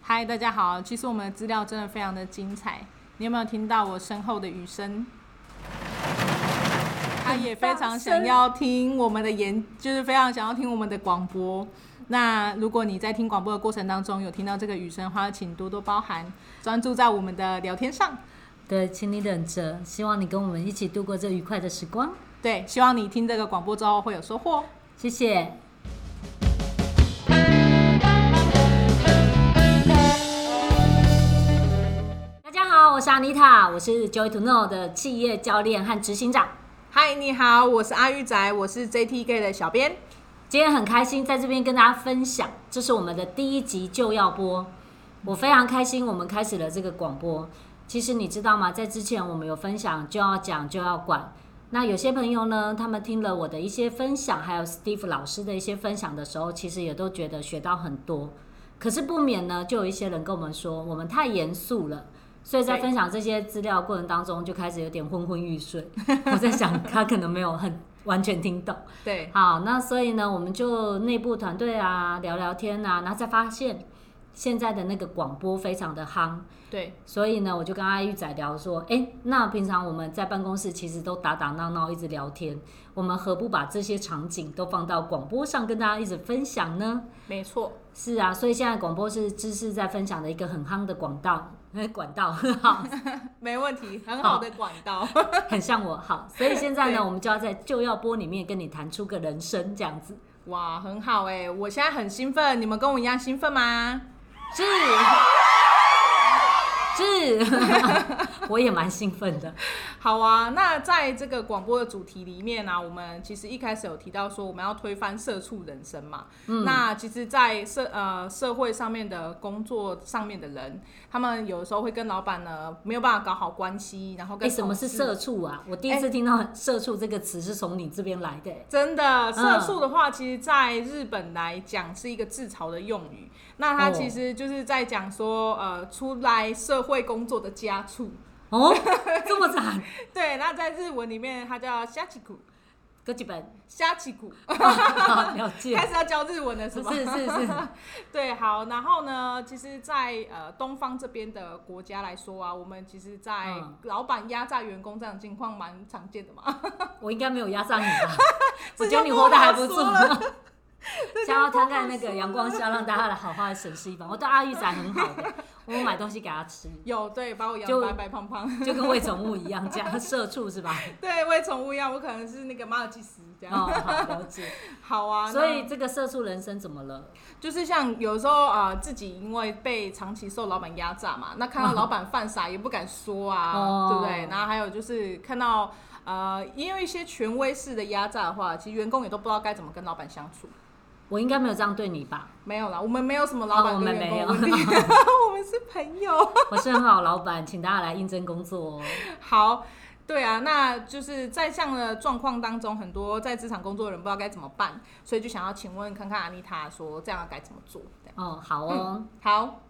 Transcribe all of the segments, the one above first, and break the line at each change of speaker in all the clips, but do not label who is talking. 嗨，大家好！其实我们的资料真的非常的精彩，你有没有听到我身后的雨声？他也非常想要听我们的演，就是非常想要听我们的广播。那如果你在听广播的过程当中有听到这个雨声的话，请多多包涵，专注在我们的聊天上。
对，请你忍着，希望你跟我们一起度过这愉快的时光。
对，希望你听这个广播之后会有收获。
谢谢。大家好，我是 Anita，我是 Joy to Know 的企业教练和执行长。
嗨，你好，我是阿玉仔，我是 JTK 的小编。
今天很开心在这边跟大家分享，这是我们的第一集就要播，我非常开心，我们开始了这个广播。其实你知道吗？在之前我们有分享就要讲就要管，那有些朋友呢，他们听了我的一些分享，还有 Steve 老师的一些分享的时候，其实也都觉得学到很多。可是不免呢，就有一些人跟我们说，我们太严肃了。所以在
对
分享这些资料过程当中，就开始有点昏昏欲睡。我在想，他可能没有很完全听懂。
对，
好，那所以呢，我们就内部团队啊聊聊天啊，然后再发现现在的那个广播非常的夯，
对，
所以呢，我就跟阿玉仔聊说，哎、那平常我们在办公室其实都打打闹闹，一直聊天，我们何不把这些场景都放到广播上跟大家一直分享呢？
没错。
是啊，所以现在广播是知识在分享的一个很夯的广道，管道， 好，
没问题，很好的管道。
很像我，好，所以现在
对
呢，我们就要在就要播里面跟你谈出个人生这样子。
哇，很好哎、我现在很兴奋，你们跟我一样兴奋吗？
是是， 我也蛮兴奋的。
好啊，那在这个广播的主题里面呢、啊我们其实一开始有提到说我们要推翻社畜人生嘛。
嗯
那其实，在社呃社会上面的工作上面的人，他们有时候会跟老板呢没有办法搞好关系，然后
哎、
跟
什么是
同事
社畜啊？我第一次听到“社畜”这个词是从你这边来 的、欸。
真的，社畜的话，其实在日本来讲是一个自嘲的用语。那它
哦
其实就是在讲说，呃，出来社会工作的家畜。
哦，这么惨，
对，那在日文里面它叫虾奇苦，
哥几本，
虾奇苦。
好了解
开。始要教日文了是
是
吗？
是是，
对，好，然后呢，其实在，呃东方这边的国家来说啊，我们其实，在
嗯
老板压榨员工这种情况蛮常见的嘛。
我应该没有压上你吧？我
这
觉
就
得你
不
活得还
好
不
说
错
了。
想要摊在那个阳光下，让大家来好好的审视一番。我对阿玉仔很好的，我买东西给他吃，
有对，把我养
就
白白胖胖，
就跟喂宠物一样，这样社畜是吧？
对，喂宠物一样，我可能是那个马尔济斯这样。
哦，好了解。
好啊，
所以
那
这个社畜人生怎么了？
就是像有时候啊、呃自己因为被长期受老板压榨嘛，那看到老板犯傻也不敢说啊，
哦
对不对？然后还有就是看到呃，因为一些权威式的压榨的话，其实员工也都不知道该怎么跟老板相处。
我应该没有这样对你吧？
没有啦，我们没有什么老
哦
板
我
跟
们
员工的
没有
问题，我们是朋友。
我是很好老板，请大家来应征工作哦。
好，对啊，那就是在这样的状况当中，很多在职场工作的人不知道该怎么办，所以就想要请问看看安妮塔说这样该怎么做。这样
哦，好哦，
好，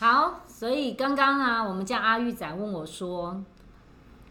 好。所以刚刚啊，我们家阿玉仔问我说，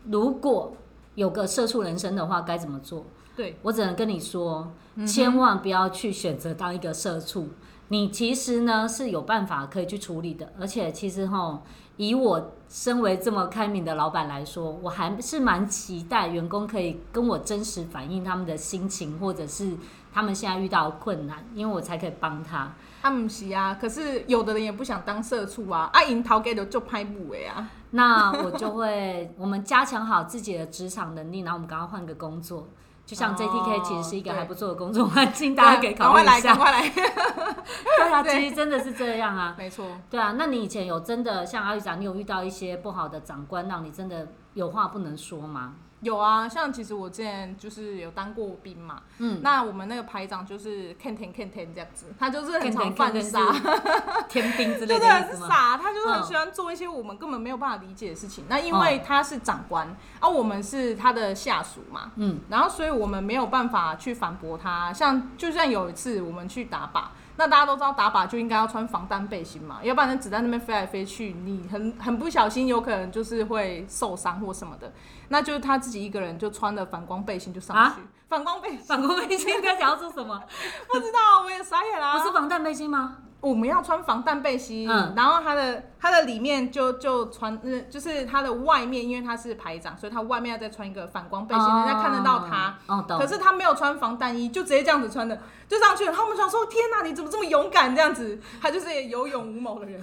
如果有个社畜人生的话，该怎么做？
对，
我只能跟你说，
嗯
千万不要去选择当一个社畜。你其实呢是有办法可以去处理的，而且其实哈，以我身为这么开明的老板来说，我还是蛮期待员工可以跟我真实反映他们的心情，或者是他们现在遇到的困难，因为我才可以帮他。
他们是啊，可是有的人也不想当社畜啊，啊，引头给的就拍不哎啊，
那我就会，我们加强好自己的职场能力，然后我们赶快换个工作。就像
哦
JTK 其实是一个
对
还不错的工作环境，大家可以考虑
对啊
一
赶
下。
快来， 赶快来，
对啊，
对
其实真的是这样啊。
没错，
对啊，那你以前有真的像阿玉长，你有遇到一些不好的长官，让你真的有话不能说吗？
有啊，像其实我之前就是有当过兵嘛，
嗯，
那我们那个排长就是 can ten can ten 这样子，他就是很常
看
犯
着
傻，
是 天兵之
就 是
类的意
很
思吗？嗯
傻，他就是很喜欢做一些我们根本没有办法理解的事情。那因为
哦
他是长官，而、我们是他的下属嘛，
嗯，
然后所以我们没有办法去反驳他。像就像有一次我们去打靶，那大家都知道打靶就应该要穿防弹背心嘛，要不然子弹那边飞来飞去，你很 很不小心，有可能就是会受伤或什么的。那就是他自己一个人就穿了反光背心就上去，
啊
反光背 心
反光背心该想要做什 么？
不知道，我也傻眼啦、
不是防弹背心吗？
我们要穿防弹背心，
嗯
然后它的它的里面就就穿，呃，就是它的外面，因为它是排长，所以它外面要再穿一个反光背心，人家看得到它。
哦。哦，懂。
可是他没有穿防弹衣，就直接这样子穿的，就上去了。他们想说：“天哪，你怎么这么勇敢？”这样子，他就是也有勇无谋的 人，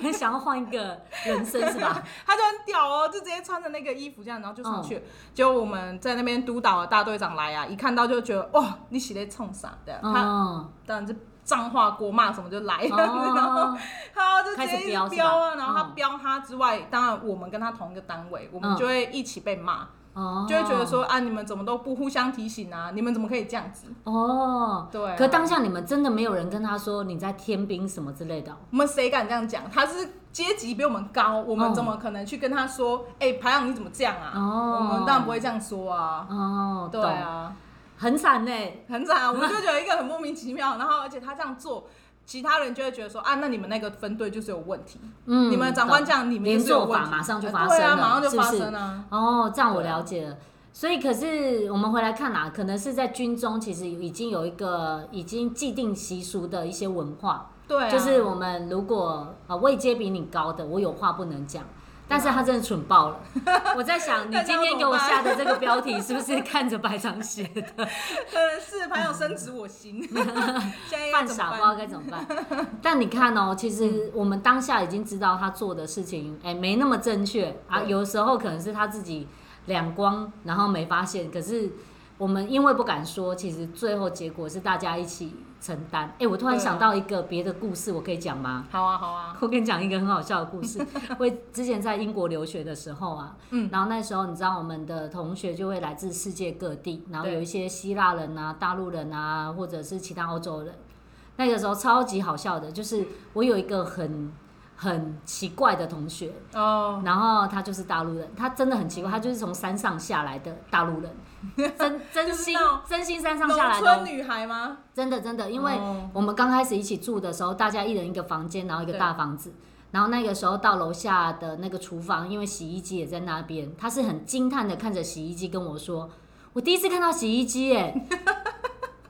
很想要换一个人生是吧？
他就很屌哦，就直接穿着那个衣服这样，然后就上
嗯
去了。结果我们在那边督导的大队长来啊，一看到就觉得：“哇，你洗在冲啥的？” 他哎
哦，
当然是脏话国骂什么就来了， 然后
哦，
他就直
开始
接
飙是吧
飙啊，然后他
嗯
飙他之外，当然我们跟他同一个单位，我们
嗯
就会一起被骂，
哦，
就会觉得说啊，你们怎么都不互相提醒啊，你们怎么可以这样子？
哦，
对啊
可当下你们真的没有人跟他说你在天兵什么之类的哦，
我们谁敢这样讲？他是阶级比我们高，我们
哦
怎么可能去跟他说？哎、排长你怎么这样啊？
哦
我们当然不会这样说啊。
哦，
对
懂，
啊，
很惨呢。
很惨啊，我们就觉得一个很莫名其妙，然后而且他这样做。其他人就会觉得说啊，那你们那个分队就是有问题，
嗯，
你们长官这样，你们
连
就是有
坐
问
法
题，
马上就
呃
发
对
生
啊，
了，
马上就是发
不是
生啊。
哦，这样我了解了。所以，可是我们回来看啦、可能是在军中，其实已经有一个已经既定习俗的一些文化，
对、啊，
就是我们如果呃位阶比你高的，我有话不能讲。但是他真的蠢爆 了，我在想，你
那这
今
样
天
怎
给
么
我
办
下的这个标题是不是看着白长写的？
可能呃是朋友升职我心， 现在要
犯
怎么
傻不
办？嗯
知道该怎么办。但你看哦，其实我们当下已经知道他做的事情，哎，没那么正确啊。
对
有时候可能是他自己两光，然后没发现。可是我们因为不敢说，其实最后结果是大家一起承担。哎，我突然
对啊
想到一个别的故事，我可以讲吗？
好啊，好啊，
我跟你讲一个很好笑的故 事。我之前在英国留学的时候啊，
嗯
然后那时候你知道我们的同学就会来自世界各地，然后
对
有一些希腊人啊、大陆人啊，或者是其他欧洲人。那个时候超级好笑的，就是我有一个很很奇怪的同学，
哦，
然后他就是大陆人，他真的很奇怪，他就是从山上下来的大陆人，真 真
就是
心
那种
真心山上下
农
来的
村
哦，
女孩吗？
真的真的，因为
哦
我们刚开始一起住的时候，大家一人一个房间，然后一个大房子。然后那个时候到楼下的那个厨房，因为洗衣机也在那边，他是很惊叹的看着洗衣机跟我说：“我第一次看到洗衣机耶。”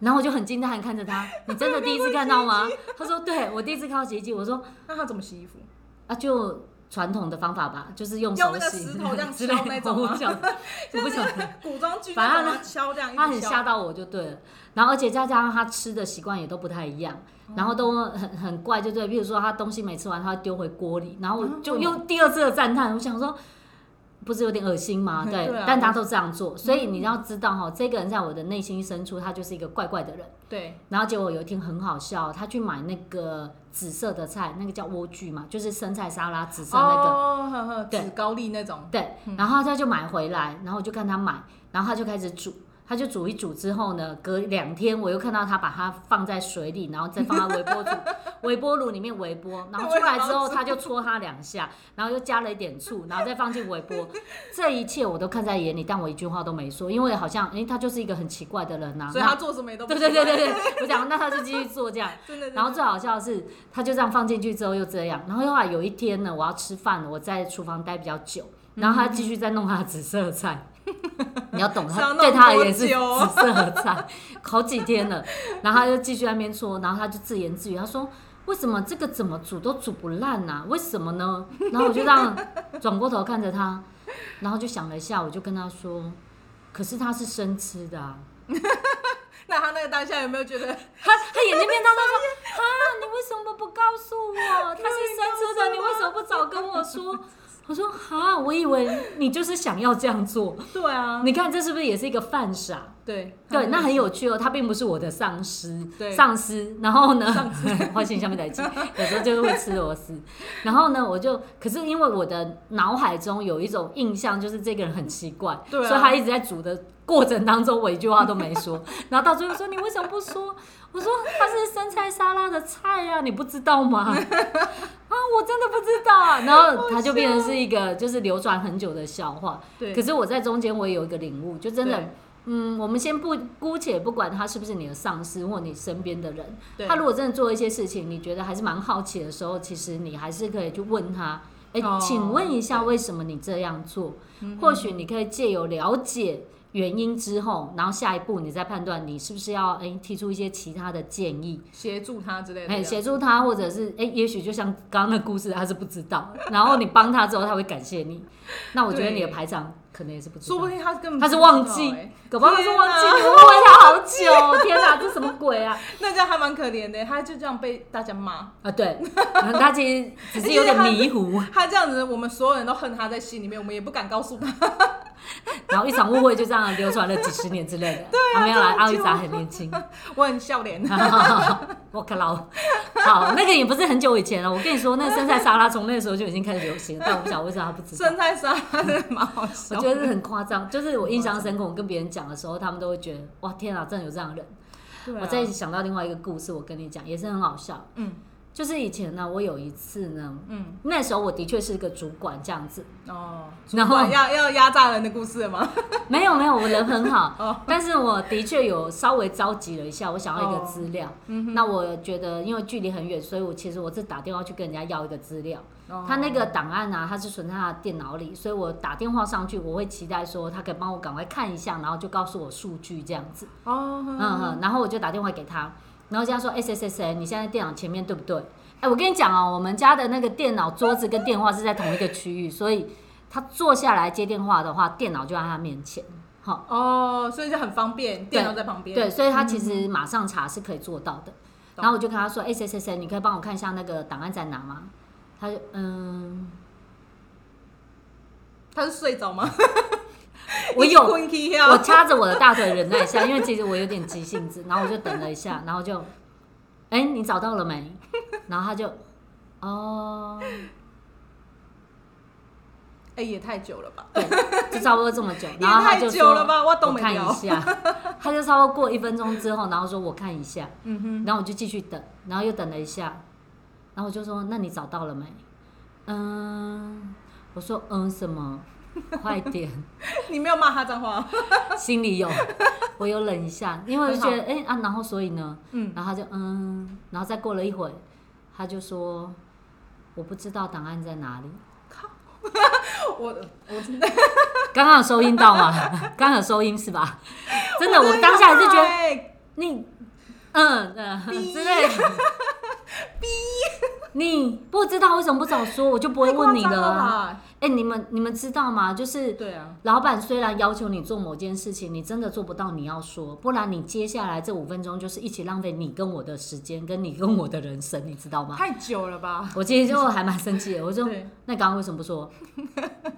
然后我就很惊叹地看着他：“你真的第一次看 到吗？”他说：“对，我第一次看到洗衣机。”我说
那她怎么洗 衣服？：“
啊，就传统的方法吧，就是用
用
手
那个
洗
石头这样
之类的
敲那种
我
吗
不晓得，我不晓得。
古装剧
反
那
正
种
她
要敲这样，
他
一直
很
敲
吓到我就对了，然后而且再加上他吃的习惯也都不太一样，
哦
然后都很很怪，就对，比如说他东西没吃完，他会丢回锅里，然后我
啊
就
为什
又第二次的赞叹，我想说，不是有点恶心吗？
嗯
对
对啊，嗯
但他都这样做，所以你要知道哈，这个人在我的内心深处，他就是一个怪怪的人。
对，
然后结果有一天很好笑，他去买那个紫色的菜，那个叫莴苣嘛，就是生菜沙拉紫色那个，
哦，呵呵，
对
紫高丽那种，
对，然后他就买回来，然后我就看他买，然后他就开始煮，他就煮一煮之后呢，隔两天我又看到他把它放在水里，然后再放在微 波炉微波炉里面微波，然后出来之后他就搓它两下，然后又加了一点醋，然后再放进微波，这一切我都看在眼里，但我一句话都没说，因为好像诶他就是一个很奇怪的人呐、
所以
那
她做什么也都不
对对对
喜
对对，我讲那他就继续做这样。
欢，真的，
然后最好笑的是，他就这样放进去之后又这样，然后后来有一天呢，我要吃饭了，我在厨房待比较久，然后他继续在弄他的紫色菜。你要懂
是要
他，
弄
对他而言
多
是紫
久啊
色菜，好几天了。然后他就继续在那边说，然后他就自言自语，他说：“为什么这个怎么煮都煮不烂呐、为什么呢？”然后我就这样转过头看着他，然后就想了一下，我就跟他说：“可是他是生吃的、啊。”
那她那个当下有没有觉 得
他他眼睛变大，他说：“啊，你为什么不告诉我？他是生吃的，你为什么不早跟我说？”我说：“哈，我以为你就是想要这样做。
对啊，
你看这是不是也是一个犯傻？
对
对，那很有趣哦。他并不是我的上司，
嗯对
上司。然后呢， 花心下面来记，有时候就是会吃螺丝。然后呢，我就可是因为我的脑海中有一种印象，就是这个人很奇怪，
对啊
所以他一直在煮的过程当中，我一句话都没说。然后到最后说：“你为什么不说？”我说：“它是生菜沙拉的菜呀、你不知道吗？” 啊，我真的不知道啊。然后他就变成是一个就是流传很久的笑话。
嗯对
可是我在中间我也有一个领悟，就真的
对
嗯，我们先不姑且不管他是不是你的上司或你身边的人，
对，
他如果真的做一些事情，你觉得还是蛮好奇的时候，其实你还是可以去问他，哎、
哦
请问一下为什么你这样做？
嗯
或许你可以借由了解原因之后，然后下一步你再判断你是不是要哎、提出一些其他的建议，
协助他之类的啊这
哎、
样，
协助他，或者是哎、也许就像刚刚的故事，他是不知道，然后你帮他之后，他会感谢你。那我觉得
对
你的排长可能也是不知道
说不，定他根本
他是
不知道
忘记
欸
搞不好他是忘
天
记
哪
你误会他好久，天哪、这什么鬼啊？
那这样还蛮可怜的，他就这样被大家骂。
啊，对，然后他其实只是有点迷 糊，
他这样子，我们所有人都恨他在心里面，我们也不敢告诉他。
然后一场误会就这样流传了几十年之类的。对啊，没有啦，阿玉仔很年轻，
我很笑脸，
我靠老，好，那个也不是很久以前了。我跟你说，那个生菜沙拉从那个时候就已经开始流行了，但我不晓得为什么他不知道。
生菜沙拉真哦的蛮好
我
笑。
觉得是很夸张，就是我印象深刻。我跟别人讲的时候，他们都会觉得哇，天啊，真的有这样的人。
对啊
我再想到另外一个故事，我跟你讲，也是很好笑。
嗯
就是以前呢，我有一次呢，
嗯
那时候我的确是个主管这样子，
哦，
然后
哇要要压榨人的故事了吗？
没有没有，我人很
哦
好，但是我的确有稍微着急了一下，我想要一个资料。
嗯
那我觉得因为距离很远，所以我其实我是打电话去跟人家要一个资料。
哦
他那个档案啊，它是存在他的电脑里，所以我打电话上去，我会期待说他可以帮我赶快看一下，然后就告诉我数据这样子。
哦，
嗯哼，然后我就打电话给他，然后这样说：“哎、谁谁谁，你现在电脑前面对不对？”哎、我跟你讲哦，我们家的那个电脑桌子跟电话是在同一个区域，所以他坐下来接电话的话，电脑就在他面前。好、
哦，所以就很方便，电脑在旁边。
对，，嗯所以他其实马上查是可以做到的。然后我就跟他说：“哎、谁谁谁，你可以帮我看一下那个档案在哪吗？”他就嗯，
他是睡着 吗？
我有
一起睡
我
觉
掐着我的大腿忍耐一下，因为其实我有点急性子，然后我就等了一下，然后就，哎、你找到了没？然后他就，哦，
哎，也太久了吧？
对，就差不多这么久，
也
然后他就
太久
说，
了吧？我懂
我
没
看一
了。
下，他就差不多过一分钟之后，然后说我看一下，
嗯哼，
然后我就继续等，然后又等了一下，然后我就说：“那你找到了没？”嗯，我说：“嗯，什么？快点！”
你没有骂他脏话？
心里有，我有忍一下，因为我就觉得哎、啊，然后所以呢，
嗯，
然后他就嗯，然后再过了一会，他就说我不知道档案在哪里。
我我真的。
刚刚有收音到吗？ 刚刚有收音是吧？真的，我当下还是觉得
得
你，嗯嗯
逼
之类的，你不知道为什么不早说，我就不会问你了啊。
吧？
哎、你们你们知道吗？就是
对啊，
老板虽然要求你做某件事情，你真的做不到，你要说，不然你接下来这五分钟就是一起浪费你跟我的时间，跟你跟我的人生，你知道吗？
太久了吧？
我其实就还蛮生气的，我就
对
那你刚刚为什么不说？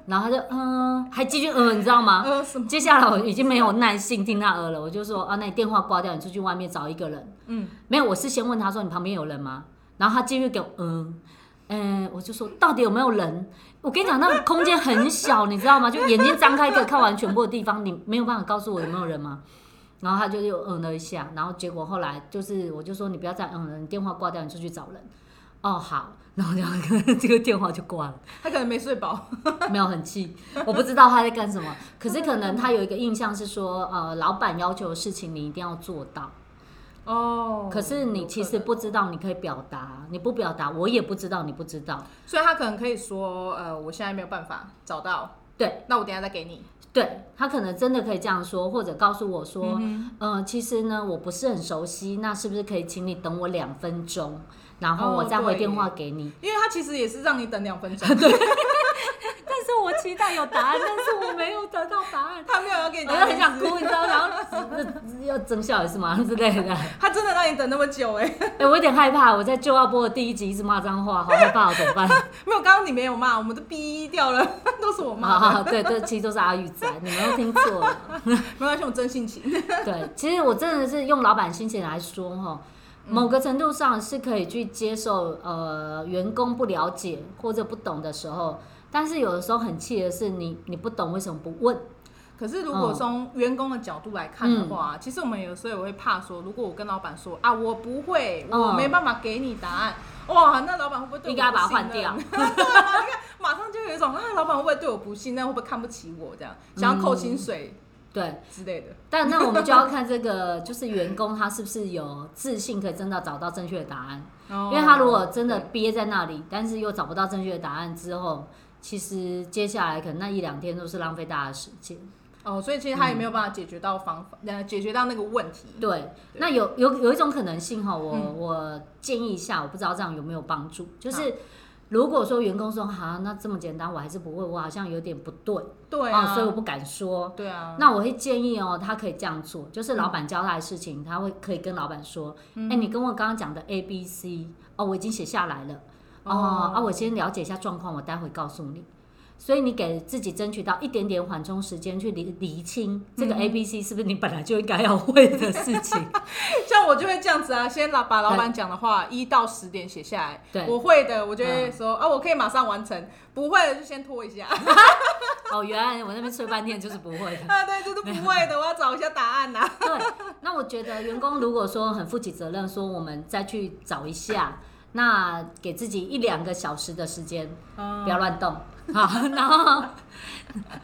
然后他就嗯，还继续嗯，你知道吗？
呃，什么？
接下来我已经没有耐性听他呃了，我就说啊，那你电话挂掉，你出去外面找一个人。
嗯，
没有，我是先问他说你旁边有人吗？然后他继续给我嗯。嗯，我就说到底有没有人？我跟你讲，那个空间很小，你知道吗？就眼睛张开可以看完全部的地方，你没有办法告诉我有没有人吗？然后他就又嗯了一下，然后结果后来就是，我就说你不要再嗯了，你电话挂掉，你出去找人。哦，好，然后这样这个电话就挂了。
他可能没睡饱。
没有很气，我不知道他在干什么。可是可能他有一个印象是说，呃，老板要求的事情你一定要做到。
哦
可是你其实
有可
不知道，你可以表达，你不表达，我也不知道你不知道。
能，所以他可能可以说，呃，我现在没有办法找到，
对
那我等一下再给你。
对，他可能真的可以这样说，或者告诉我说，
嗯
嗯，其实呢，我不是很熟悉，那是不是可以请你等我两分钟，然后我
哦
再回
对
电话给你？
因为他其实也是让你等两分 钟，对，
但是我期待有答案，但是我没有得到答案，
他没有要给你
我
答
就
案，
很 想哭，你知道，然后 要增效也是吗之类的。
他真的让你等那么久哎、
哎、我有点害怕，我在旧要播的第一集一直骂脏话，好害怕，怎么办？
没有，刚刚你没有骂，我们都逼掉了， 都 是我
好
骂的，
好，对对，其实都是阿玉仔，你们都听错了。
没关系，我真性情。
对，其实我真的是用老板心情来说哈，某个程度上是可以去接受呃员工不了解或者不懂的时候，但是有的时候很气的是你你不懂为什么不问？
可是如果从员工的角度来看的话，
嗯
其实我们有时候也会怕说，如果我跟老板说啊，我不会，
嗯
我没办法给你答案，哇，那老板会不会对我
应该把它换
不信
掉
任对
嗯
吧？你看，马上就有一种啊，老板会不会对我不信任，会不会看不起我这样，想要扣薪水
对，
之类的。
但那我们就要看这个，就是员工他是不是有自信，可以真的找到正确的答案。
因
因为他如果真的憋在那里，但是又找不到正确的答案之后，其实接下来可能那一两天都是浪费大家的时间。
哦，所以其实他也没有办法解决到方法，呃、解决到那个问题。
对，那有有有一种可能性哈，我、
嗯
我建议一下，我不知道这样有没有帮助，就是。如果说员工说好、那这么简单，我还是不会，我好像有点不对
对啊，
哦所以我不敢说。
对啊，
那我会建议哦，他可以这样做，就是老板交代的事情，他会可以跟老板说，哎、你跟我刚刚讲的 A、B、C，哦，我已经写下来了，哦，
哦
啊，我先了解一下状况，我待会告诉你。所以你给自己争取到一点点缓冲时间去理理清这个 A、B、C 是不是你本来就应该要会的事情。
像我就会这样子啊，先老把老板讲的话一到十点写下来，
对
我会的，我就会说、啊，我可以马上完成，不会的就先拖一下，
哦，原来我那边吹半天就是不会的。
啊， 对，这是不会的，我要找一下答案呐、 啊。
对，那我觉得员工如果说很负起责任，说我们再去找一下，那给自己一两个小时的时间，
嗯
不要乱动。好， 然后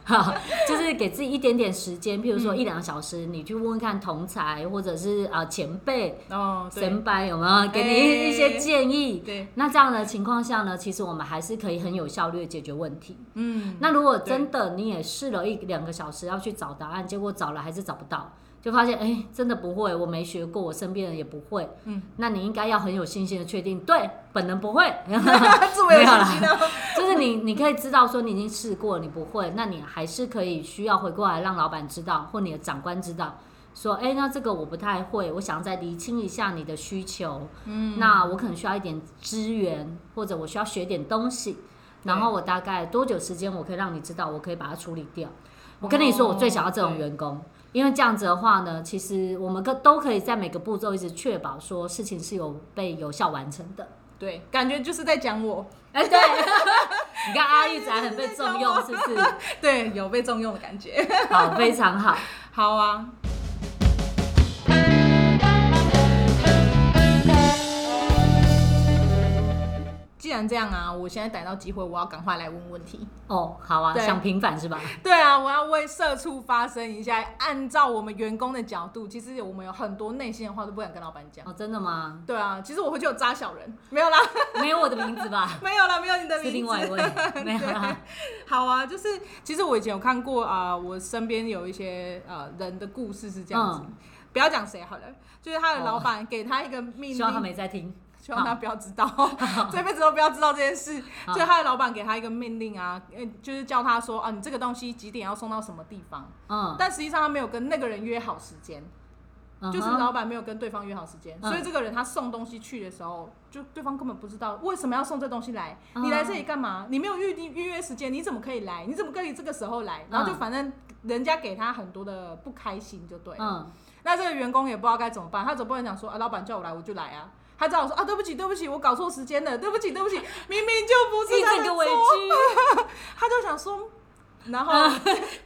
好，就是给自己一点点时间，譬如
嗯
说一两个小时，你去问问看同才或者是啊、呃前辈、
哦，对
神班有没有给你一些建议。
对，
那这样的情况下呢，其实我们还是可以很有效率的解决问题。
嗯，
那如果真的你也试了一两个小时要去找答案，结果找了还是找不到，就发现哎、真的不会，我没学过，我身边人也不会。
嗯，
那你应该要很有信心的确定，对，本人不会，
自我有
没有
信
啦
心啊的，
就是你你可以知道说你已经试过，你不会，那你还是可以需要回过来让老板知道或你的长官知道。说，哎、那这个我不太会，我想再厘清一下你的需求。嗯，那我可能需要一点资源，或者我需要学点东西，然后我大概多久时间我可以让你知道，我可以把它处理掉。我跟你说，
哦
我最想要这种
对
员工，因为这样子的话呢，其实我们可都可以在每个步骤一直确保说事情是有被有效完成的。
对，感觉就是在讲我，
哎、对， 你看阿玉仔很被重用，是不是？
对，有被重用的感觉。
好，非常好。
好啊，既然这样啊，我现在逮到机会，我要赶快来问问题。
哦，好啊，
对
想平反是吧？
对啊，我要为社畜发声一下。按照我们员工的角度，其实我们有很多内心的话都不敢跟老板讲。
哦，真的吗？
对啊，其实我回去有扎小人，没有啦，
没有我的名 字吧？
没有啦，没有你的
是
名字。
另外一位， 没有啦。
好啊，就是其实我以前有看过啊、呃我身边有一些呃人的故事是这样子，
嗯
不要讲谁好了，就是他的老板给他一个命令，
哦希望他没在听。
希望他不要知道， 这辈子都不要知道这件事。所以他的老板给他一个命令啊，呃就是叫他说啊，你这个东西几点要送到什么地方，
嗯，
但实际上他没有跟那个人约好时间，
嗯
就是
哼
老板没有跟对方约好时间，
嗯
所以这个人他送东西去的时候，就对方根本不知道为什么要送这东西来，
嗯
你来这里干嘛？你没有预定预约时间，你怎么可以来？你怎么可以这个时候来？然后就
嗯
反正人家给他很多的不开心，就对了。
嗯，
那这个员工也不知道该怎么办，他总不能讲说啊，老板叫我来我就来啊。他叫我说啊，对不起，对不起，我搞错时间了，对不起，对不起，明明就不是
一
他
整
的
个委
错，
屈，
他就想说，然后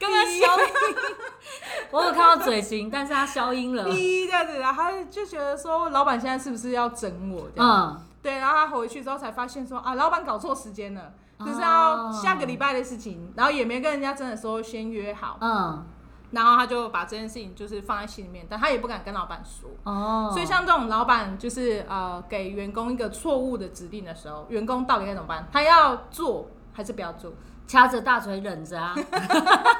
刚 刚消音，我有看到嘴型，但是他消音了。
滴这样子，然后他就觉得说，老板现在是不是要整我？这样、
嗯，
对，然后他回去之后才发现说啊，老板搞错时间了，
哦
就是要下个礼拜的事情，然后也没跟人家真的说先约好，
嗯，
然后他就把这件事情就是放在心里面，但他也不敢跟老板说。
哦，
所以像这种老板就是呃给员工一个错误的指令的时候，员工到底该怎么办？他要做还是不要做？
掐着大腿忍着啊，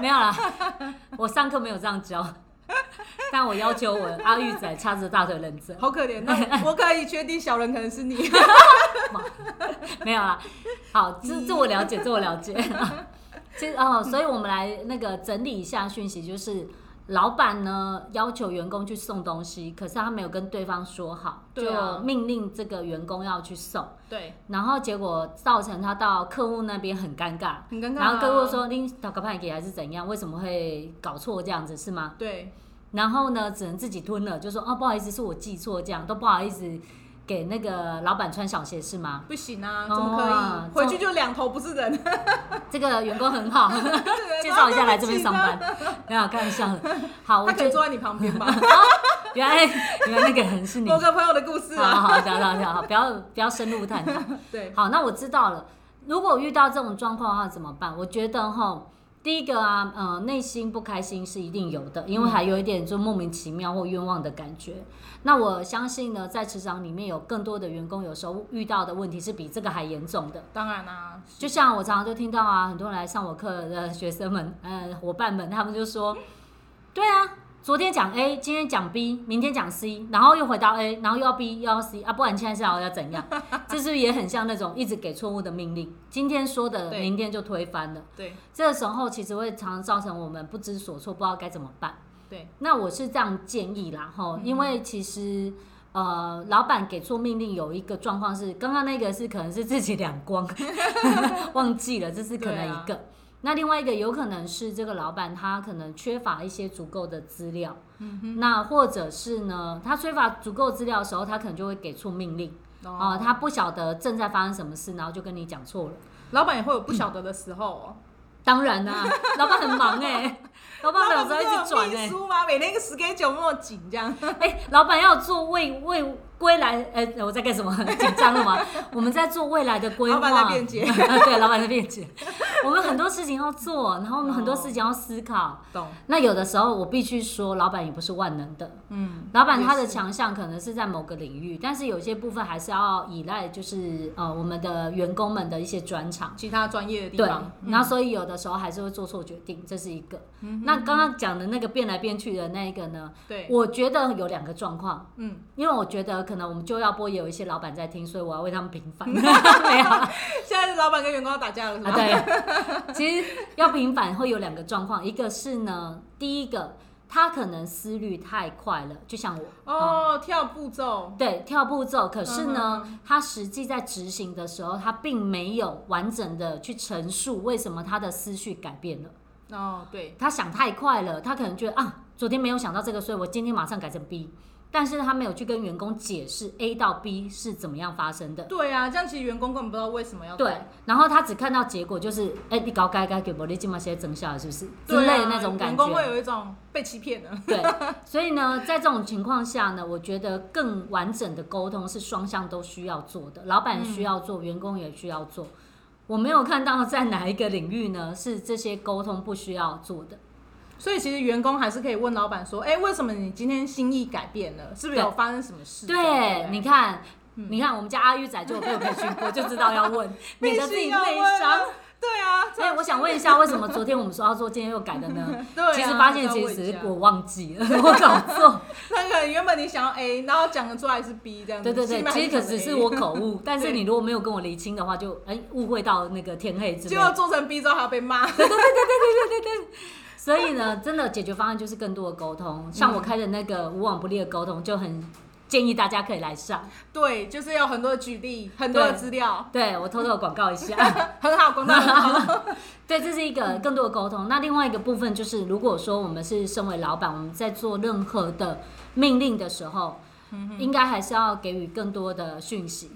没有啦，我上课没有这样教，但我要求我阿玉仔掐着大腿忍着，
好可怜， 那我可以确定小人可能是你。
没有啦，好，这这我了解，这我了解。 其实哦，所以我们来那个整理一下讯息，就是老板呢要求员工去送东西，可是他没有跟对方说好，
对啊
就命令这个员工要去送，
对，
然后结果造成他到客户那边很尴尬，
很尴尬、啊。
然后客户说：“你搞个派给还是怎样？为什么会搞错这样子是吗
对，？”
然后呢，只能自己吞了，就说：“哦，不好意思，是我记错，这样都不好意思给那个老板穿小鞋是吗
不行啊，
哦
怎么可以？
啊
回去就两头不是人。？”
这个员工很好， 介绍一下来这边 上班，没有开玩笑的。好，我
他可能
觉得
坐在你旁边吧。
原来原来那个人是你，
某
好
个朋友的故事
好
啊，
好好好好好，不要不要深入探讨。
对，
好，那我知道了。如果遇到这种状况的话怎么办？我觉得哈，第一个啊，呃，内心不开心是一定有的，
嗯
因为还有一点就莫名其妙或冤枉的感觉。那我相信呢，在职场里面有更多的员工，有时候遇到的问题是比这个还严重的。
当然啊啦、
就像我常常就听到啊，很多来上我课的学生们，呃，伙伴们，他们就说，对啊，昨天讲 A，今天讲 B，明天讲 C，然后又回到 A，然后又要 B，又要 C，啊，不然你现在是要要怎样？ 这是不是也很像那种一直给错误的命令？今天说的，
对
明天就推翻了。
对
这个时候其实会常常造成我们不知所措，不知道该怎么办。
对，
那我是这样建议啦，吼，
嗯
因为其实呃，老板给出命令有一个状况是，刚刚那个是可能是自己两 光 忘记了，这是可能
啊
一个。那另外一个有可能是这个老板他可能缺乏一些足够的资料，
嗯
那或者是呢，他缺乏足够资料的时候，他可能就会给出命令
然
哦、
后
他不晓得正在发生什么事，然后就跟你讲错了。
老板也会有不晓得的时候哦。
当然啦、老板很忙哎、 老板有时候一
老板不
直转
是有
哎、
秘书吗？每天一个 schedule 那么紧，这 样。
哎、老板要做未未归来，呃、我在干什么？ 紧张了吗？我们在做未来的规划。
老板在辩解
对，老板在辩解。我们很多事情要做，然后我们很多事情要思考。
懂，
那有的时候我必须说，老板也不是万能的。
嗯，
老板他的强项可能是在某个领域，但是有些部分还是要依赖，就是呃我们的员工们的一些专长。
其他专业的地
对
方，，嗯
然后所以有的时候还是会做错决定，这是一个。那刚刚讲的那个变来变去的那一个呢，
对，
嗯我觉得有两个状况，
嗯，
因为我觉得可能我们就要播也有一些老板在听，所以我要为他们平 反。没有啊，
现在是老板跟员工要打架了，是吧？
对，其实要平反会有两个状况，一个是呢，第一个他可能思虑太快了，就像我。
哦，跳步骤，
对，跳步骤，可是呢，
嗯
他实际在执行的时候，他并没有完整的去陈述为什么他的思绪改变了。
哦，对，
他想太快了，他可能觉得啊，昨天没有想到这个，所以我今天马上改成 B。但是他没有去跟员工解释 A 到 B 是怎么样发生的，
对啊，这样其实员工根本不知道为什么要啊
对。然后他只看到结果就是，哎、你搞改改给我，你今晚现在增效了是不是？之
对啊
类的那种感
员工会
觉。
有一种被欺骗的，
对，所以呢，在这种情况下呢，我觉得更完整的沟通是双向都需要做的，老
嗯
板需要做，员工也需要做。我没有看到在哪一个领域呢是这些沟通不需要做的。
所以其实员工还是可以问老板说，哎，为什么你今天心意改变了？是不是欸有
对
发生什么事？
对，
不
你看，
嗯
你看，我们家阿玉仔就有被我培训过，就知道要 问你的自己
必须要
内
问啊
伤。
对啊，这
所以我想问一下，为什么昨天我们说要做，今天又改的呢？
对啊
其实发现其实我忘记了，我搞错。
那个原本你想要 A，然后讲的出来是 B 这样
对
子，
对对
心，里面
其实可
还想
只
着哎
是
A
我口 误，但是你如果没有跟我厘清的话，就哎误会到那个天黑之类
结果
的。
做成 B 之后还要被骂，
所以呢，真的解决方案就是更多的沟通。像我开的那个无往不利的沟通，就很建议大家可以来上。
对，就是有很多的举例，很多的资料，
对我偷偷地广告一下。
很好，广大很 好，
对，这是一个更多的沟通。那另外一个部分就是，如果说我们是身为老板，我们在做任何的命令的时候，应该还是要给予更多的讯息。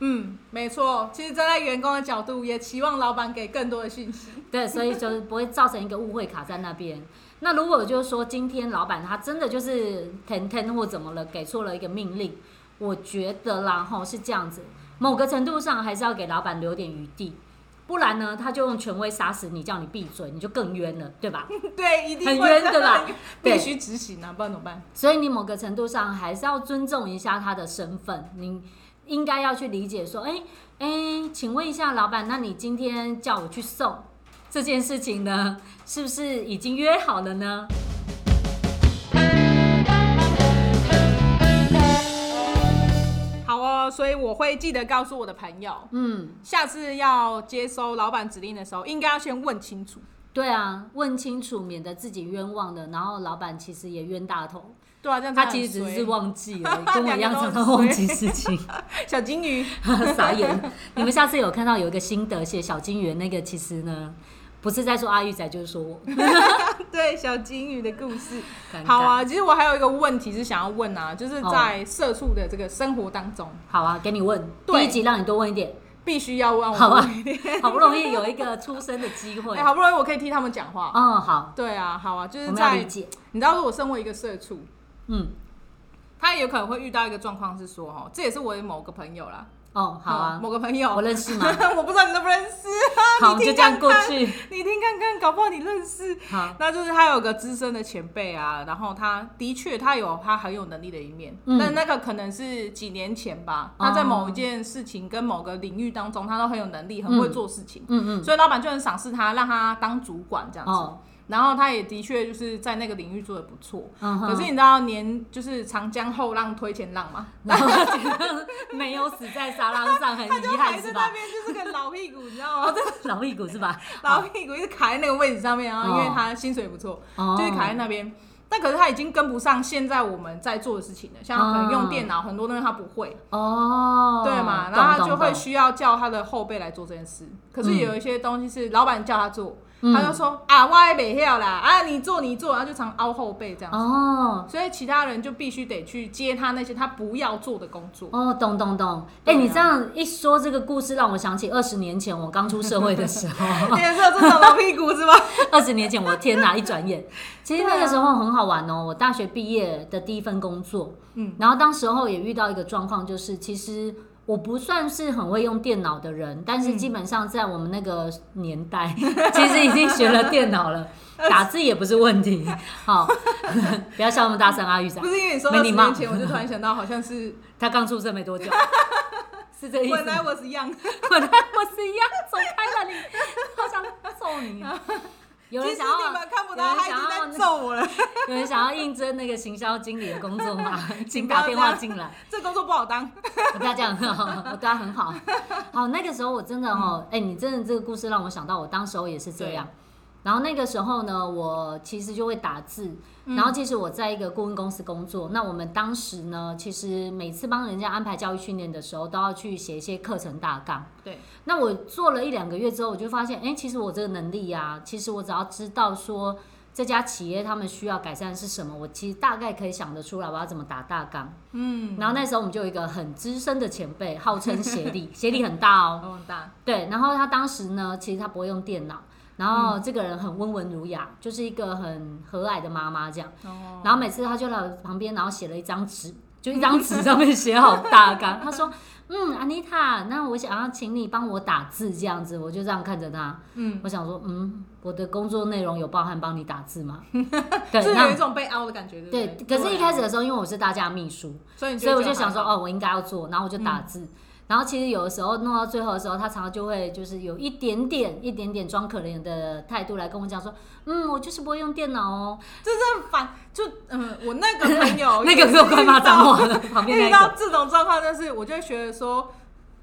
嗯，没错。其实站在员工的角度，也期望老板给更多的讯息。
对，所以就是不会造成一个误会卡在那边。那如果就是说今天老板他真的就是腾腾或怎么了，给错了一个命令，我觉得啦吼是这样子，某个程度上还是要给老板留点余地，不然呢他就用权威杀死你，叫你闭嘴，你就更冤了，对吧？
对，一定
很
会
冤
这样
对吧？对
必须执行啊，不然怎么办？
所以你某个程度上还是要尊重一下他的身份，你应该要去理解说，哎哎，请问一下老板，那你今天叫我去送这件事情呢， 是不是已经约好了呢？
好哦，所以我会记得告诉我的朋友，
嗯，
下次要接收老板指令的时候，应该要先问清楚。
对啊，问清楚，免得自己冤枉了，然后老板其实也冤大头，
对啊，这样
他
真的
其
很
实只
衰
是忘记了，跟我一
两
样
个
常
都
常忘记事情，
小金鱼，
傻眼。你们下次有看到有一个心得写小金鱼那个，其实呢不是在说阿玉仔，就是说我。
对，小金鱼的故事。
尴尬
好，啊，其实我还有一个问题是想要问啊，就是在社畜的这个生活当中，
好啊，给你问，第
对
一集让你多问 一点，
必须要问
好
我
啊
问一点。
好不容易有一个出生的机会
哎、。 好不容易我可以替他们讲话。
哦，好，
对啊，好啊，就
我
是
们要
在
理解。
你知道，如果身为一个社畜，
嗯，
他也有可能会遇到一个状况是说，哦，这也是我的某个朋友啦，
哦，好啊
嗯，某个朋友，
我认识吗？
我不知道你认不认识啊，
好，我
你
们就
听
这样
看
过
看
去。
你听看看，搞不好你认识。
好，
那就是他有个资深的前辈啊，然后他的确他有他很有能力的一面，
嗯
但那个可能是几年前吧。
哦
他在某一件事情跟某个领域当中，他都很有能力，很会做事情，
嗯嗯，
所以老板就很赏识他，让他当主管这样子。
哦，
然后他也的确就是在那个领域做的不错。
嗯
可是
哼，
你知道年就是长江后浪推前浪嘛，
然后他觉得没有死在沙浪上，很
他就
遗
还
憾
在
是
那
吧？
边就是个老屁股，你知道
哦，
吗？
对，老屁股是吧？
老屁股一直卡在那个位置上面啊，因为
哦
他薪水不错。
哦，
就是卡在那边。但可是他已经跟不上现在我们在做的事情了，像可能用电脑很多东西他不会，
哦，
对嘛？然
懂
后他
懂
就会
懂
需要叫他的后辈来做这件事。可是有一些东西是老板叫他做，
嗯
他就说啊，我也没要啦，啊你做你做，然后就常凹后辈这样子。
哦
所以其他人就必须得去接他那些他不要做的工作。
哦，懂懂懂。哎、
对啊
你这样一说这个故事，让我想起二十年前我刚出社会的时候。
你也是有这种老屁股是吧？
二十年前，我的天 哪！一转眼，其实那
对啊
个时候很好玩哦。我大学毕业的第一份工作，
嗯，
然后当时候也遇到一个状况，就是其实我不算是很会用电脑的人，但
嗯
是基本上在我们那个年代，其实已经学了电脑了，打字也不是问题。好， 不要笑那么大声啊，玉仔
不，是因为你说
没
二
礼
十
貌
年前，我就突然想到，好像 是
他刚出生没多久，是这意思
本
吗
来？我是 young，
我的我是一样走开了你，好想 揍你。有
其
人
实
想
你
要
们看不到，
有人
他已经
想要
在揍我了。
有人想要应征那个行销经理的工作 吗？请打电话进来，
这工作不好当，
不要这样， 我对他很好。好，那个时候我真的哦，哎、你真的这个故事让我想到，我当时候也是这样。然后那个时候呢，我其实就会打字，然后其实我在一个顾问公司工作。那我们当时呢，其实每次帮人家安排教育训练的时候，都要去写一些课程大纲。
对，
那我做了一两个月之后，我就发现，哎、其实我这个能力呀、其实我只要知道说这家企业他们需要改善是什么，我其实大概可以想得出来我要怎么打大纲。
嗯，
然后那时候我们就有一个很资深的前辈，号称协力，协力很大哦。
我很大，
对，然后他当时呢，其实他不会用电脑，然后这个人很温文儒雅，就是一个很和蔼的妈妈这样。
哦，
然后每次他就来我旁边，然后写了一张纸，就一张纸上面写好大纲。 他说：“嗯，Anita，那我想要请你帮我打字这样子。”我就这样看着他，
嗯，
我想说：“嗯，我的工作内容有包含帮你打字吗？”
就
对，
有一
那
种被凹的感觉，
对
不，对？
可是一开始的时候，因为我是大家秘书，
所以你
所以我就
觉得
想说，
还好，嗯
哦，我应该要做，然后我就打字。然后其实有的时候弄到最后的时候，他常常就会就是有一点点、一点点装可怜的态度来跟我讲说，嗯，我就是不会用电脑哦。
真的烦，就嗯，我那个朋友
那个给我快骂脏话 了，旁边那
遇
一个
到这种状况，但是我就会觉得说，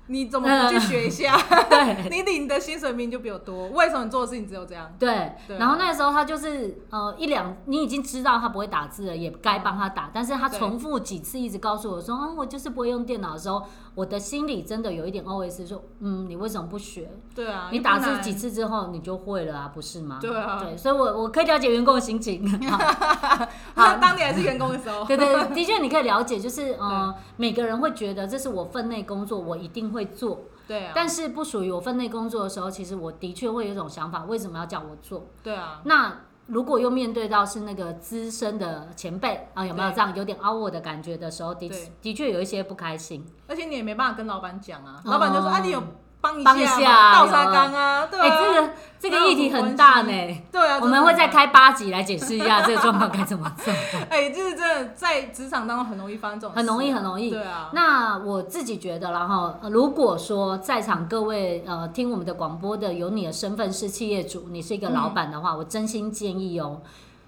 你怎么不去学一下？
对
你领的薪水明明就比我多，为什么你做的事情只有这样？
对，
对
然后那时候他就是呃一两，你已经知道他不会打字了，也该帮他打，但是他
对
重复几次一直告诉我说，嗯，我就是不会用电脑的时候，我的心里真的有一点 OS 说，嗯，你为什么不学？
对啊，
你
又不
打字
难
几？次之后你就会了啊，不是吗？
对啊，
对，所以我我可以了解员工的心 情。好
那当你还是员工的时 候，
对对对，的确你可以了解，就是呃，每个人会觉得这是我分内工作，我一定会做。
对啊，
但是不属于我分内工作的时候，其实我的确会有一种想法，为什么要叫我做？
对啊，
那如果又面对到是那个资深的前辈啊，有没有
对
这样有点凹我的感觉的时候，的
对
的确有一些不开心。
而且你也没办法跟老板讲啊，
哦
老板就说啊，你有帮一
帮一
下
下
嘛
啊
倒
有
沙
啊
缸啊，对
哎、
啊，
这个这
那
个
有
议题
什么关
很大
系
呢。
对啊，
我
真
们
的
会
很
再
难
开八集来解释一下这个状况该怎么做，
哎、就是真的在职场当中很容易发生这种事，
很容易，很容易。
对啊，
那我自己觉得啦齁，然后如果说在场各位呃听我们的广播的有你的身份是企业主，你是一个老板的话，我真心建议哦，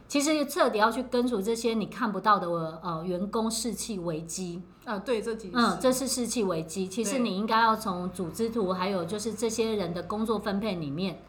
其实彻底要去根除这些你看不到的呃员工士气危机。
啊，对，这几
嗯，这是士气危机。其实
对
你应该要从组织图，还有就是这些人的工作分配里面。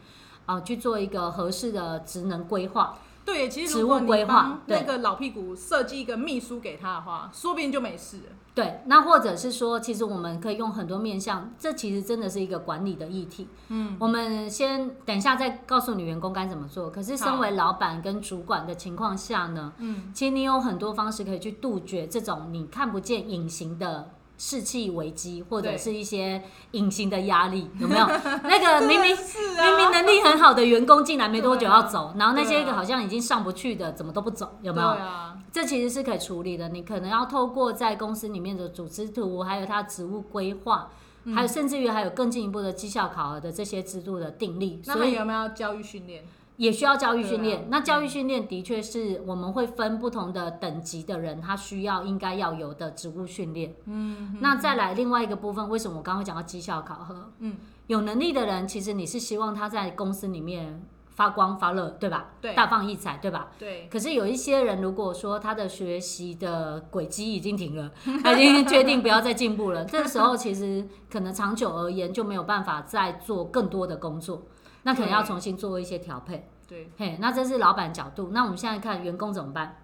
啊、去做一个合适的职能规划，
对，其实
职
如
务
果你
规划
帮那个老屁股设计一个秘书给他的话，说不定就没事了。
对，那或者是说，其实我们可以用很多面向，这其实真的是一个管理的议题。
嗯，
我们先等一下再告诉你员工该怎么做。可是身为老板跟主管的情况下呢，
嗯，
其实你有很多方式可以去杜绝这种你看不见隐形的。士气危机，或者
对
是一些隐形的压力，有 没有？那个明明、
是啊，
明明能力很好的员工进来没多久
对啊
要走，然后那些
对啊
好像已经上不去的，怎么都不走，有没有？
对啊，
这其实是可以处理的。你可能要透过在公司里面的组织图，还有它职务规划，
嗯
还有甚至于还有更进一步的绩效考核的这些制度的订立，
那
所
还
以
有没有教育训练？
也需要教育训
对啊
练。那教育训练的确是我们会分不同的等级的人，他需要应该要有的职务训练。嗯，那再来另外一个部分，为什么我刚刚会讲到绩效考核？
嗯，
有能力的人，其实你是希望他在公司里面发光发热，对吧？
对
大放异彩，对吧？
对，
可是有一些人，如果说他的学习的轨迹已经停了， 他已经确定不要再进步 了，这时候其实可能长久而言就没有办法再做更多的工作，那可能要
对
重新做一些调配。
对，
嘿，那这是老板角度。那我们现在看员工怎么办？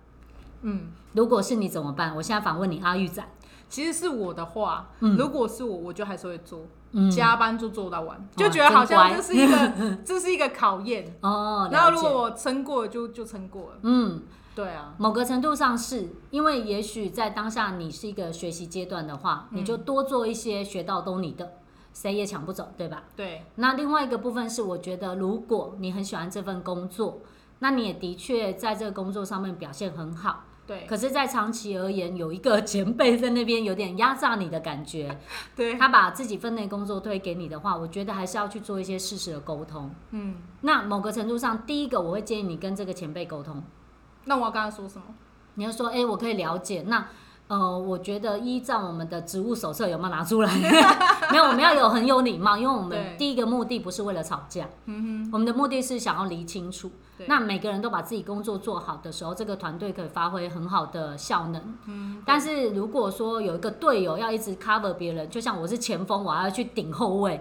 嗯，
如果是你怎么办？我现在访问你，阿玉仔，
其实是我的话，
嗯
如果是我，我就还是会做，
嗯，
加班就做到完，就
哇
觉得好像
真乖
这是一 个这是一个考验。
哦，
然后
了
如
解
果我撑过了就就撑过了，
嗯，
对啊，
某个程度上是因为也许在当下你是一个学习阶段的话，
嗯
你就多做一些学到都你的，谁也抢不走，对吧？
对，
那另外一个部分是，我觉得如果你很喜欢这份工作，那你也的确在这个工作上面表现很好。
对，
可是，在长期而言，有一个前辈在那边有点压榨你的感觉，
对，
他把自己分内工作推给你的话，我觉得还是要去做一些适时的沟通。
嗯，
那某个程度上，第一个我会建议你跟这个前辈沟通，
那我要跟他说什么？
你要说，哎、我可以了解。那呃，我觉得依照我们的职务手册有没有拿出来？ 没有，我们要有很有礼貌，因为我
对
们第一个目的不是为了吵架，
嗯
我们的目的是想要理清楚。
对
那每个人都把自己工作做好的时候，这个团队可以发挥很好的效能。
哼，嗯，
但是如果说有一个队友要一直 cover 别人，就像我是前锋，我还要去顶后 卫，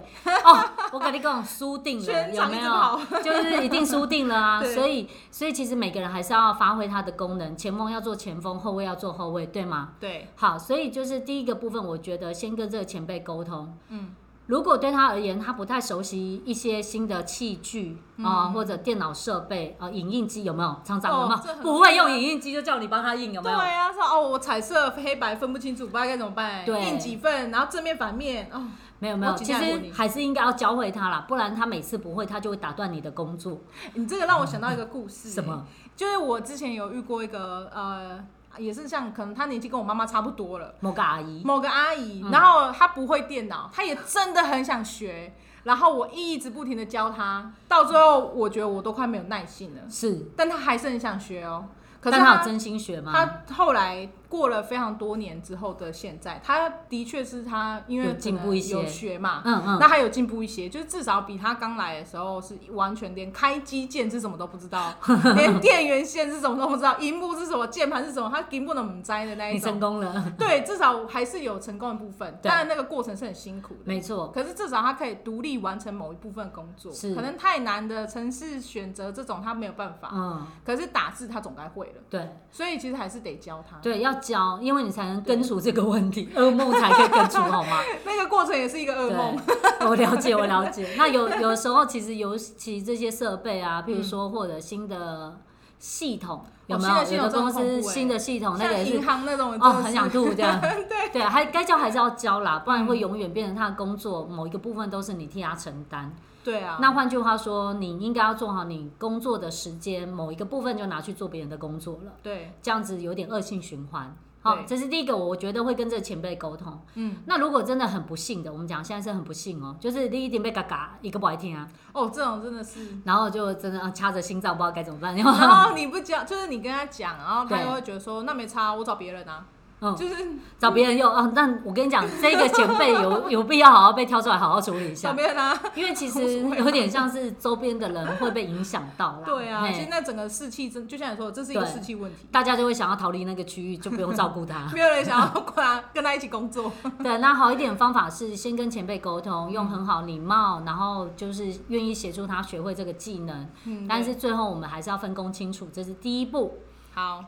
哦，我跟你讲，输定了，
全
有
场
没
一直
有？
跑，
就是一定输定了啊。
对
所以，所以其实每个人还是要发挥他的功能，前锋要做前锋，后卫要做后卫，对吗？
对，
好，所以就是第一个部分，我觉得先跟这个前辈沟通。
嗯，
如果对他而言，他不太熟悉一些新的器具
嗯
啊、或者电脑设备啊、影印机有没有？厂长有没有、
哦这很
不会用影印机就叫你帮他印有没
对
有？
啊，说哦，我彩色黑白分不清楚，不知道该怎么办，
对
印几份，然后正面反面，哦，
没有没有，
我期
其
待过
实
你
还是应该要教会他啦，不然他每次不会，他就会打断你的工作。
你这个让我想到一个故事、
什么？
就是我之前有遇过一个呃，也是像可能她年纪跟我妈妈差不多了，
某个阿姨，
某个阿姨，
嗯
然后她不会电脑，她也真的很想学，然后我一直不停的教她，到最后我觉得我都快没有耐心了，
是，
但她还是很想学哦。可是
但他有
她
真心学吗？
她后来过了非常多年之后的现在，她的确是她因为
有进
可能
步一些
有学嘛。
嗯嗯，
那她有进步一些，就是至少比她刚来的时候是完全连开机键是什么都不知 道，连电源线是什么都不知道， 荧幕是什么，键盘是什么，她根本都不摘的那一
你
种
成。功了。
对，至少还是有成功的部分，
对嗯
当然那个过程是很辛苦的。
没错，
可是至少他可以独立完成某一部分工作，
是
可能太难的城市选择这种他没有办法，
嗯，
可是打字他总该会了，
对
所以其实还是得教他。
对，要教，因为你才能根除这个问 题，噩梦才可以根除，好吗？
那个过程也是一个 噩梦，
对，我了解，我了解。那有有时候其实尤其这些设备啊，譬如说或者新的系统，有没
新的
有？
系
有
统真的
的公司
很恐怖欸
新的系统哦那个
像
也
银
是。
行那种
哦，
真的
很
是嗯
想吐这 样，对对，啊还该教还是要教啦，不然会永远变成他的工作某一个部分都是你替他承担。
对啊，
那换句话说，你应该要做好你工作的时间，某一个部分就拿去做别人的工作了。
对，
这样子有点恶性循环。好、
对
这是第一个，我觉得会跟这个前辈沟通。
嗯，
那如果真的很不幸的，我们讲现在是很不幸哦，就是你一定被嘎嘎一个不爱听啊，
哦，这种真的是。
然后就真的啊掐着心脏不知道该怎么办， 然
然
后
后你不讲，就是你跟他讲，然后他
对
又会觉得说那没差，我找别人啊，
嗯
就是
找别人用啊。但我跟你讲，这个前辈有 有必要好好被挑出来，好好处理一
找
下，
别人啊，
因为其实有点像是周边的人会被影响到啦。
对啊，
嘿
其实那整个士气真，就像你说的，这是一个
对
士气问题。
大家就会想要逃离那个区域，就不用照顾他。
没有人想要跟他跟他一起工作。
对，那好一点的方法是先跟前辈沟通，用很好礼貌，然后就是愿意协助他学会这个技能。
嗯
但是最后我们还是要分工清楚，这是第一步。
好，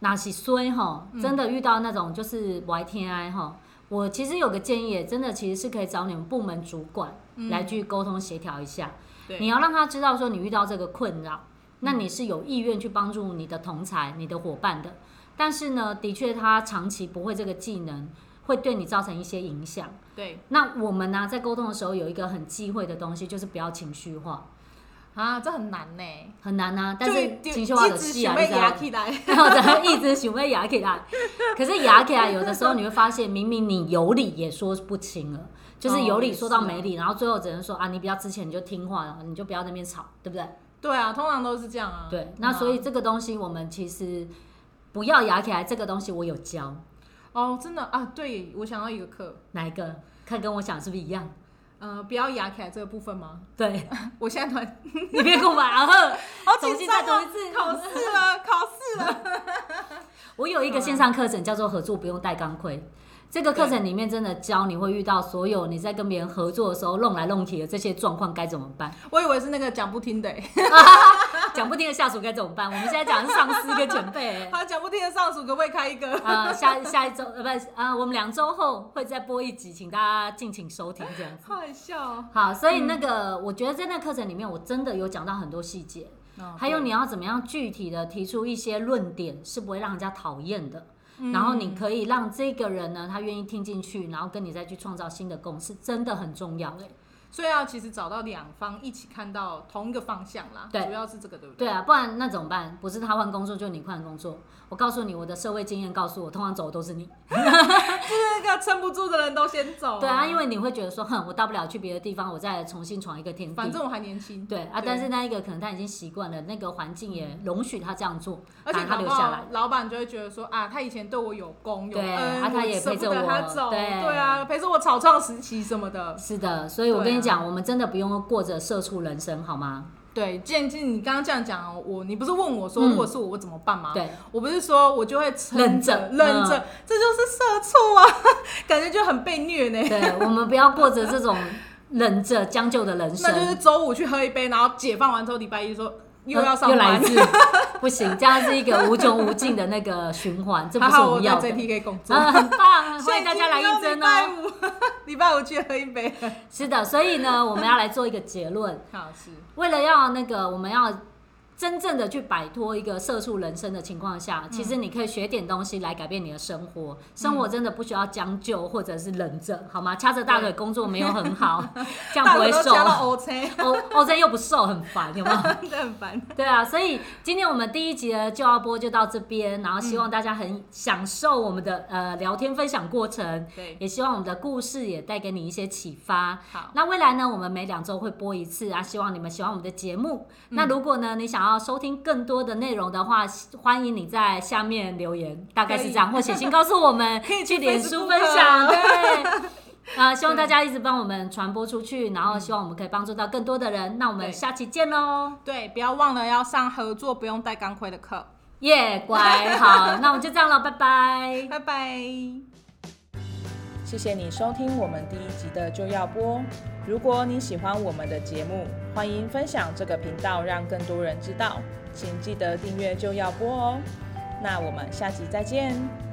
那是衰吼，真
嗯
的遇到那种就是白天哀吼，我其实有个建议，真的其实是可以找你们部门主管来去沟通协调一下。
嗯对
你要让他知道说你遇到这个困扰，那你是有意愿去帮助你的同才、你的伙伴的。但是呢，的确他长期不会这个技能，会对你造成一些影响。
对
那我们呢、在沟通的时候有一个很忌讳的东西，就是不要情绪化。
啊，这很难呢、
很难啊。但
就是就
情绪化的
一直
戏
想
啊，你
被
知道
压
吗？
起来，
然后在一直想要 压起来，可是压起来有的时候你会发现，明明你有理也说不清了，就是有理说到没理，然后最后只能说啊，你比较之前你就听话了，你就不要在那边吵，对不对？
对啊，通常都是这样啊。
对，那所以这个东西我们其实不要压起来，这个东西我有教
哦，真的啊，对我想到一个课，
哪一个，看跟我想是不是一样？
呃，不要压起来这个部分 吗？
对，
我现在突然
你别给我买啊！呵
好
重
紧
新
张
再
啊
读一 次，
考试了，考试了。
我有一个线上课程叫做“合作不用带钢盔”，这个课程里面真的教你会遇到所有你在跟别人合作的时候弄来弄去的这些状况该怎么办，
我以为是那个讲不听的、 欸，
讲不听的下属该怎么办。我们现在讲的是上司跟前辈、 欸。
他讲不听的上属可不可以开一个？
呃，下下一周呃不是呃，我们两周后会再播一集，请大家敬请收听这样子。
好好笑哦、
好，所以那个、我觉得在那课程里面，我真的有讲到很多细节，
哦
还有你啊要怎么样具体的提出一些论点，是不会让人家讨厌的。
嗯
然后你可以让这个人呢，他愿意听进去，然后跟你再去创造新的共识，真的很重要。
所以要其实找到两方一起看到同一个方向啦，
对
主要是这个对不对？
对啊，不然那怎么办？不是他换工作，就你换工作。我告诉你，我的社会经验告诉我，通常走的都是你。
就是那个撑不住的人都先走、
对啊，因为你会觉得说，哼，我大不了去别的地方，我再重新闯一个天
反
地。
正我还年轻，
对啊，但是那一个可能他已经习惯了，那个环境也容许他这样做，
而且
把他
搞
留
不
下来
好。老板就会觉得说啊，他以前对我有功有
对
恩，
啊他也
舍
陪着
不得
我
他走，
对
对啊，陪着我草创时期什么的。
是的，所以我
对
跟你
啊
讲，我们真的不用过着社畜人生，好吗？
对，渐进，你刚刚这样讲哦，我你不是问我说，
嗯
如果是我，我怎么办吗？
对，嗯
我不是说我就会撑
忍着
忍着，这就是社畜啊， 感觉就很被虐呢。
对，我们不要过着这种 忍着将就的人生。
那就是周五去喝一杯，然后解放完之后礼拜一说又要上
又来
班
一，次， 不行，这样是一个无穷无尽的那个循环，这不
还
是
好
我
我
们
在
要的。
JTK 工作，
啊，很棒，
所
欢
以
迎大家来应征
礼
哦。
拜五， 礼拜五去喝一杯，
是的，所以呢，我们要来做一个结论，
好是
为了要那个，我们要真正的去摆脱一个社畜人生的情况
嗯
下，其实你可以学点东西来改变你的生活。生活真的不需要将就或者是忍着，好吗？掐着大腿工作没有很 好，这样
大
不
伙
会
都
瘦。
加到哦 O C，
欧欧真又不瘦，很烦，有没有？
真的很烦。
对啊，所以今天我们第一集的就要播就到这边，然后希
嗯
望大家很享受我们的、呃聊天分享过程，
对，
也希望我们的故事也带给你一些启发。
好，
那未来呢，我们每两周会播一次啊，希望你们喜欢我们的节目。
嗯
那如果呢，你想要收听更多的内容的话，欢迎你在下面留言，大概是这样，或写信告诉我 们，
可以
去
去
脸书
Facebook
分 享，对。啊，希望大家一直帮我们传播出去，然后希望我们可以帮助到更多的人。那我们
嗯对
下期见喽！
对，不要忘了要上合作不用带钢盔的课，
耶、乖，好，那我们就这样了，拜拜。
拜拜。谢谢你收听我们第一集的就要播。如果你喜欢我们的节目，欢迎分享这个频道，让更多人知道。请记得订阅就要播哦。那我们下集再见。